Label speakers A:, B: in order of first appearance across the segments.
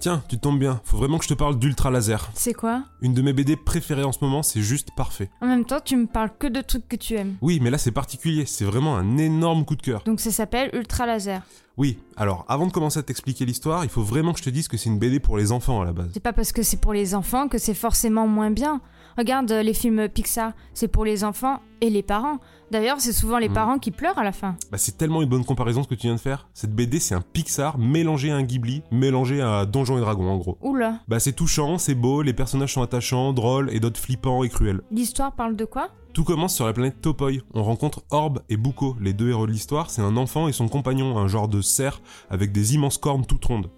A: Tiens, tu tombes bien, faut vraiment que je te parle d'Ultra Laser.
B: C'est quoi
A: Une de mes BD préférées en ce moment, c'est juste parfait.
B: En même temps, tu me parles que de trucs que tu aimes.
A: Oui, mais là c'est particulier, c'est vraiment un énorme coup de cœur.
B: Donc ça s'appelle Ultra Laser.
A: Oui, alors avant de commencer à t'expliquer l'histoire, il faut vraiment que je te dise que c'est une BD pour les enfants à la base.
B: C'est pas parce que c'est pour les enfants que c'est forcément moins bien. Regarde euh, les films Pixar, c'est pour les enfants et les parents. D'ailleurs, c'est souvent les
A: Mm.
B: parents qui pleurent à la fin.
A: Bah c'est tellement une bonne comparaison ce que tu viens de faire. Cette BD c'est un Pixar mélangé à un Ghibli, mélangé à Donjons et Dragons en gros.
B: Oula,
A: Bah c'est touchant, c'est beau, les personnages sont attachants, drôles et d'autres flippants et cruels.
B: l'histoire parle de quoi
A: Tout commence sur la planète Topoi. On rencontre Orb et Buko, les deux héros de l'histoire. C'est un enfant et son compagnon, un genre de cerf avec des immenses cornes toutes rondes.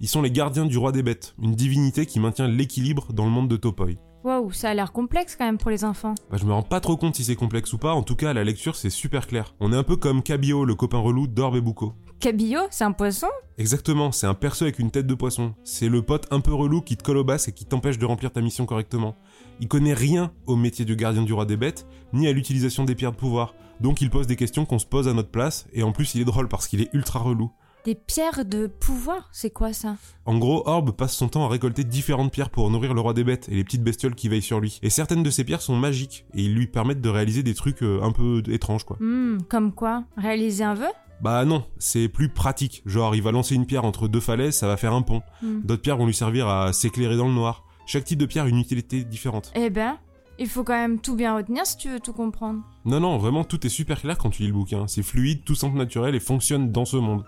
A: Ils sont les gardiens du roi des bêtes, une divinité qui maintient l'équilibre dans le monde de Topoi.
B: Waouh, ça a l'air complexe quand même pour les enfants.
A: Bah, je me rends pas trop compte si c'est complexe ou pas, en tout cas à la lecture c'est super clair. On est un peu comme Cabio, le copain relou d'Orb et Buko.
B: Cabillaud, c'est un poisson
A: Exactement, c'est un perso avec une tête de poisson. C'est le pote un peu relou qui te colle au basque et qui t'empêche de remplir ta mission correctement. Il connaît rien au métier de gardien du roi des bêtes, ni à l'utilisation des pierres de pouvoir. Donc il pose des questions qu'on se pose à notre place, et en plus il est drôle parce qu'il est ultra relou.
B: Des pierres de pouvoir, c'est quoi ça
A: En gros, Orb passe son temps à récolter différentes pierres pour nourrir le roi des bêtes et les petites bestioles qui veillent sur lui. Et certaines de ces pierres sont magiques, et ils lui permettent de réaliser des trucs euh, un peu étranges quoi.
B: Hmm, comme quoi Réaliser un vœu
A: Bah non, c'est plus pratique. Genre, il va lancer une pierre entre deux falaises, ça va faire un pont.
B: Hmm.
A: D'autres pierres vont lui servir à s'éclairer dans le noir. Chaque type de pierre a une utilité différente.
B: Eh ben, il faut quand même tout bien retenir si tu veux tout comprendre.
A: Non, non, vraiment, tout est super clair quand tu lis le bouquin. C'est fluide, tout semble naturel et fonctionne dans ce monde.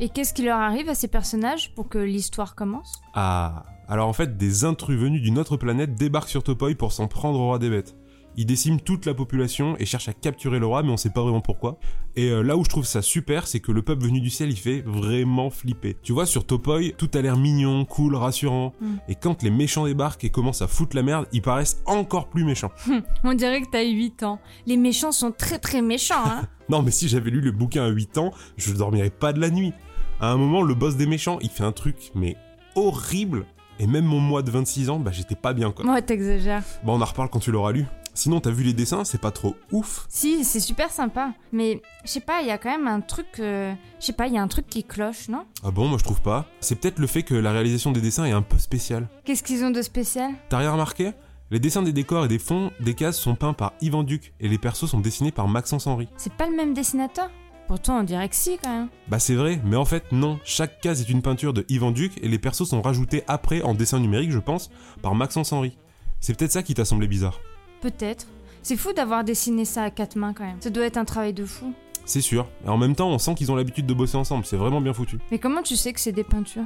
B: Et qu'est-ce qui leur arrive à ces personnages pour que l'histoire commence
A: Ah. Alors en fait, des intrus venus d'une autre planète débarquent sur Topoi pour s'en prendre au roi des bêtes. Ils déciment toute la population et cherchent à capturer le roi, mais on sait pas vraiment pourquoi. Et euh, là où je trouve ça super, c'est que le peuple venu du ciel, il fait vraiment flipper. Tu vois, sur Topoi, tout a l'air mignon, cool, rassurant.
B: Mm.
A: Et quand les méchants débarquent et commencent à foutre la merde, ils paraissent encore plus méchants.
B: On dirait que t'as 8 ans. Les méchants sont très très méchants, hein
A: Non, mais si j'avais lu le bouquin à 8 ans, je dormirais pas de la nuit. À un moment, le boss des méchants, il fait un truc, mais horrible. Et même mon moi de 26 ans, bah j'étais pas bien quoi.
B: Moi, t'exagères.
A: Bah on en reparle quand tu l'auras lu. Sinon, t'as vu les dessins, c'est pas trop ouf.
B: Si, c'est super sympa. Mais, je sais pas, il y a quand même un truc... euh, Je sais pas, il y a un truc qui cloche, non
A: Ah bon, moi je trouve pas. C'est peut-être le fait que la réalisation des dessins est un peu spéciale.
B: Qu'est-ce qu'ils ont de spécial
A: T'as rien remarqué Les dessins des décors et des fonds des cases sont peints par Yvan Duc et les persos sont dessinés par Maxence Henry.
B: C'est pas le même dessinateur Pourtant, on dirait que si, quand même.
A: Bah c'est vrai, mais en fait non. Chaque case est une peinture de Yvan Duc et les persos sont rajoutés après en dessin numérique, je pense, par Maxence Henry. C'est peut-être ça qui t'a semblé bizarre.
B: Peut-être. C'est fou d'avoir dessiné ça à quatre mains, quand même. Ça doit être un travail de fou.
A: C'est sûr. Et en même temps, on sent qu'ils ont l'habitude de bosser ensemble, c'est vraiment bien foutu.
B: Mais comment tu sais que c'est des peintures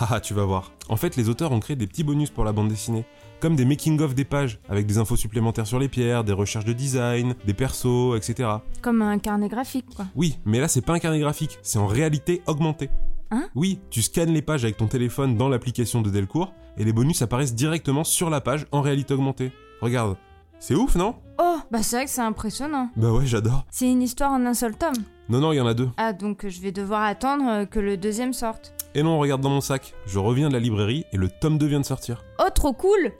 A: Haha, Ah, tu vas voir. En fait, les auteurs ont créé des petits bonus pour la bande dessinée, comme des making-of des pages, avec des infos supplémentaires sur les pierres, des recherches de design, des persos, etc.
B: Comme un carnet graphique, quoi.
A: Oui, mais là c'est pas un carnet graphique, c'est en réalité augmenté.
B: Hein
A: Oui, tu scannes les pages avec ton téléphone dans l'application de Delcourt et les bonus apparaissent directement sur la page en réalité augmentée. Regarde. C'est ouf, non
B: Oh Bah, c'est vrai que c'est impressionnant.
A: Bah ouais, j'adore.
B: C'est une histoire en un seul tome.
A: Non, non, il y en a deux.
B: Ah, donc euh, je vais devoir attendre euh, que le deuxième sorte.
A: Et non, regarde dans mon sac. Je reviens de la librairie et le tome 2 vient de sortir.
B: Oh, trop cool